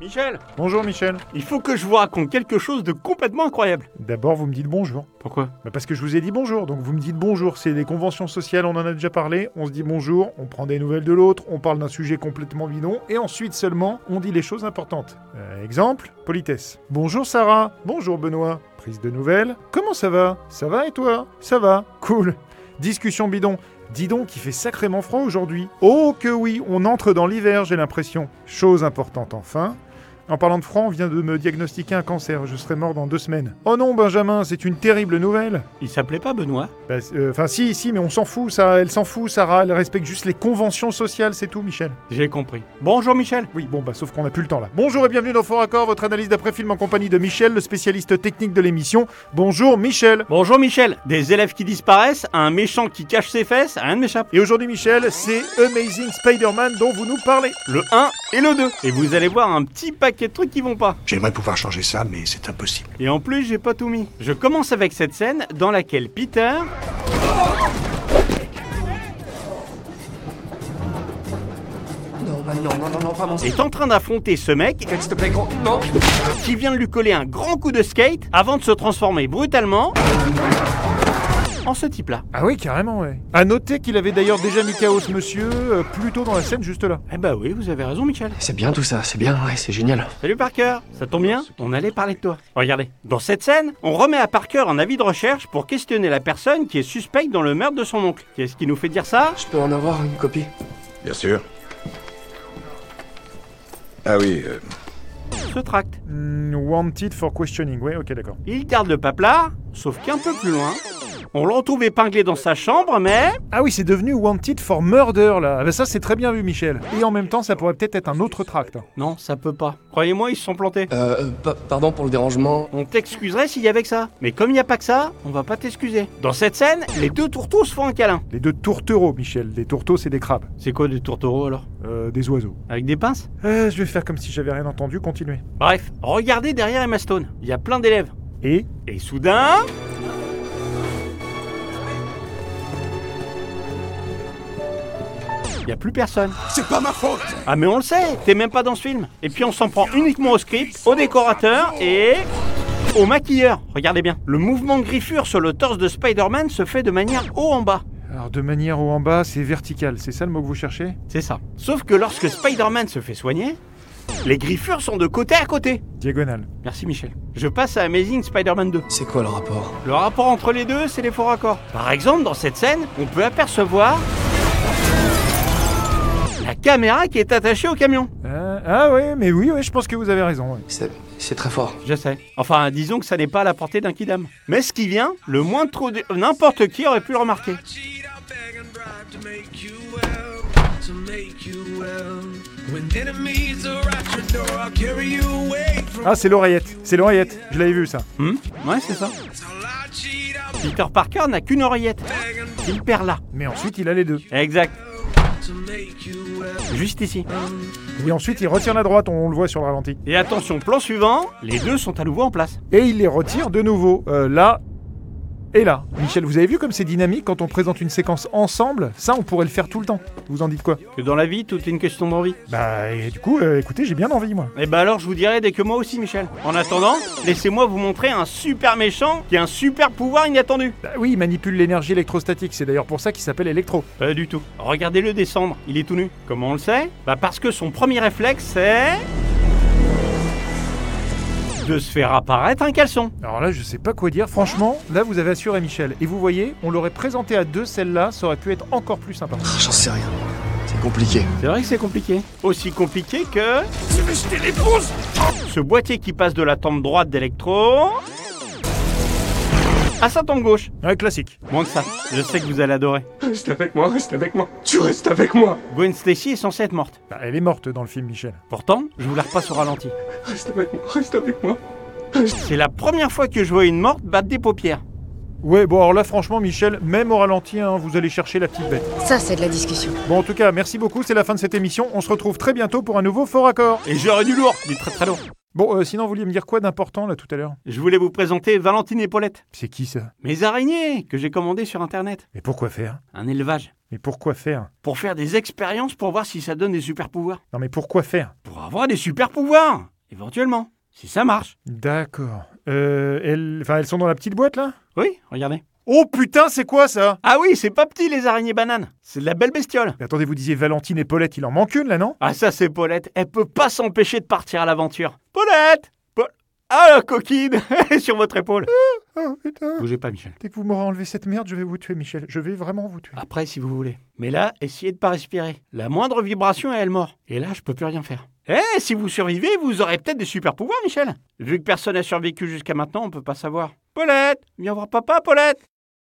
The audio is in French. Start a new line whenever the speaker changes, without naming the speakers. Michel,
Bonjour Michel.
il faut que je vous raconte quelque chose de complètement incroyable.
D'abord, vous me dites bonjour.
Pourquoi
Bah, parce que je vous ai dit bonjour, donc vous me dites bonjour. C'est des conventions sociales, on en a déjà parlé. On se dit bonjour, on prend des nouvelles de l'autre, on parle d'un sujet complètement bidon, et ensuite seulement, on dit les choses importantes. Euh, exemple, politesse. Bonjour Sarah. Bonjour Benoît. Prise de nouvelles. Comment ça va Ça va et toi Ça va. Cool. Discussion bidon. Dis donc, il fait sacrément froid aujourd'hui. Oh que oui, on entre dans l'hiver, j'ai l'impression. Chose importante enfin, En parlant de franc, on vient de me diagnostiquer un cancer. Je serai mort dans deux semaines. Oh non, Benjamin, c'est une terrible nouvelle.
Il s'appelait pas Benoît
Bah, euh, Enfin, si, si, mais on s'en fout, ça. Elle s'en fout, Sarah. Elle respecte juste les conventions sociales, c'est tout, Michel.
J'ai compris. Bonjour Michel.
Oui, bon, bah, sauf qu'on n'a plus le temps là. Bonjour et bienvenue dans Fort Accord, votre analyse d'après-film en compagnie de Michel, le spécialiste technique de l'émission. Bonjour, Michel.
Bonjour Michel. Des élèves qui disparaissent, un méchant qui cache ses fesses, rien ne m'échappe.
Et aujourd'hui, Michel, c'est Amazing Spider-Man dont vous nous parlez.
Le 1 et le 2. Et vous allez voir un petit paquet de trucs qui vont pas.
J'aimerais pouvoir changer ça, mais c'est impossible.
Et en plus, j'ai pas tout mis. Je commence avec cette scène dans laquelle Peter
Non, bah non, non, non, non, vraiment.
est en train d'affronter ce mec
S'il te plaît, gros. Non.
qui vient de lui coller un grand coup de skate avant de se transformer brutalement en ce type-là.
Ah oui, carrément, ouais. À noter qu'il avait d'ailleurs déjà mis chaos, monsieur, euh, plus tôt dans la scène, juste là.
Eh bah oui, vous avez raison Michel.
C'est bien tout ça, c'est bien, ouais, c'est génial.
Salut Parker, ça tombe bien, on allait parler de toi. Regardez, dans cette scène, on remet à Parker un avis de recherche pour questionner la personne qui est suspecte dans le meurtre de son oncle. Qu'est-ce qui nous fait dire ça
Je peux en avoir une copie
Bien sûr. Ah oui, euh,
Ce tract.
Hmm, wanted for questioning, ouais, ok, d'accord.
Il garde le paplard, sauf qu'un peu plus loin, on le retrouve épinglé dans sa chambre, mais
Ah oui, c'est devenu Wanted for Murder là. Ah bah ça, c'est très bien vu, Michel. Et en même temps, ça pourrait peut-être être un autre tract. hein.
non, ça peut pas. Croyez-moi, ils se sont plantés.
Euh, euh, pa- pardon pour le dérangement.
On t'excuserait s'il y avait que ça. Mais comme il n'y a pas que ça, on va pas t'excuser. Dans cette scène, les deux tourteaux se font un câlin.
Les deux tourtereaux, Michel. Les tourteaux, c'est des crabes.
C'est quoi des tourtereaux alors
Euh, des oiseaux.
Avec des pinces
Euh, je vais faire comme si j'avais rien entendu, continuez.
Bref, regardez derrière Emma Stone. Il y a plein d'élèves.
Et
Et soudain... Y a plus personne.
c'est pas ma faute.
Ah mais on le sait, t'es même pas dans ce film. Et puis on s'en prend uniquement au script, au décorateur et au maquilleur. Regardez bien. Le mouvement de griffure sur le torse de Spider-Man se fait de manière haut en bas.
Alors, de manière haut en bas, c'est vertical. C'est ça le mot que vous cherchez
C'est ça. Sauf que lorsque Spider-Man se fait soigner, les griffures sont de côté à côté.
Diagonale.
Merci Michel. Je passe à Amazing Spider-Man 2.
C'est quoi le rapport
Le rapport entre les deux, c'est les faux raccords. Par exemple, dans cette scène, on peut apercevoir la caméra qui est attachée au camion.
Euh, ah ouais, mais oui, ouais, je pense que vous avez raison. ouais.
C'est c'est très fort.
Je sais. Enfin, disons que ça n'est pas à la portée d'un kidam. Mais ce qui vient, le moins trop de... n'importe qui aurait pu le remarquer.
cheat, I'll beg and bribe to make you well, to make you well. When enemies are at your door, I'll carry you away from
Ah, c'est l'oreillette. C'est l'oreillette. Je l'avais vu ça.
Hmm ouais, c'est ça.
all I cheat, I'll
Peter Parker n'a qu'une oreillette.
beg and
Il perd là.
Mais ensuite, il a les deux.
Exact.
to make you well.
Juste ici.
Et ensuite, il retire la droite, on le voit sur le ralenti.
Et attention, plan suivant, les deux sont à nouveau en place.
Et il les retire de nouveau. Euh, là. Et là, Michel, vous avez vu comme c'est dynamique quand on présente une séquence ensemble Ça, on pourrait le faire tout le temps. Vous en dites quoi
Que dans la vie, tout est une question d'envie.
Bah, et du coup, euh, écoutez, j'ai bien envie, moi.
Et bah alors, je vous dirai dès que moi aussi, Michel. En attendant, laissez-moi vous montrer un super méchant qui a un super pouvoir inattendu.
Bah oui, il manipule l'énergie électrostatique, c'est d'ailleurs pour ça qu'il s'appelle électro.
Pas du tout. Regardez-le descendre, il est tout nu. Comment on le sait Bah parce que son premier réflexe, c'est... De se faire apparaître un caleçon.
Alors là, je sais pas quoi dire. Franchement, là, vous avez assuré Michel. Et vous voyez, on l'aurait présenté à deux, celle-là, ça aurait pu être encore plus sympa.
J'en sais rien. C'est compliqué.
C'est vrai que c'est compliqué. Aussi compliqué que... Ce boîtier qui passe de la tempe droite d'Electro... À sa tempe gauche.
Ouais, classique.
Moins que ça. Je sais que vous allez adorer.
Reste avec moi, reste avec moi. Tu restes avec moi.
Gwen Stacy est censée être morte.
Bah, elle est morte dans le film, Michel.
Pourtant, je vous la repasse au ralenti.
Reste avec moi, reste avec moi.
C'est la première fois que je vois une morte battre des paupières.
Ouais, bon, alors là, franchement, Michel, même au ralenti, hein, vous allez chercher la petite bête.
Ça, c'est de la discussion.
Bon, en tout cas, merci beaucoup, c'est la fin de cette émission. On se retrouve très bientôt pour un nouveau Fort Accord.
Et j'aurais du lourd, du très très lourd.
Bon, euh, sinon, vous vouliez me dire quoi d'important, là, tout à l'heure
Je voulais vous présenter Valentine et Paulette.
C'est qui ça
Mes araignées que j'ai commandées sur internet.
Mais pourquoi faire
Un élevage.
Mais pourquoi faire
Pour faire des expériences pour voir si ça donne des super pouvoirs.
Non mais pourquoi faire
Pour avoir des super pouvoirs, éventuellement. Si ça marche.
D'accord. Euh, elles... Enfin, elles sont dans la petite boîte là
Oui, regardez.
Oh putain, c'est quoi ça
Ah oui, c'est pas petit les araignées bananes. C'est de la belle bestiole.
Mais attendez, vous disiez Valentine et Paulette, il en manque une là, non
Ah ça c'est Paulette, elle peut pas s'empêcher de partir à l'aventure. Paulette Paul- Ah la coquine Sur votre épaule.
Oh putain
Bougez pas Michel.
Dès que vous m'aurez enlevé cette merde, je vais vous tuer, Michel. Je vais vraiment vous tuer.
Après si vous voulez. Mais là, essayez de pas respirer. La moindre vibration et elle mord. Et là, je peux plus rien faire. Eh, si vous survivez, vous aurez peut-être des super pouvoirs Michel. Vu que personne n'a survécu jusqu'à maintenant, on peut pas savoir. Paulette Viens voir papa Paulette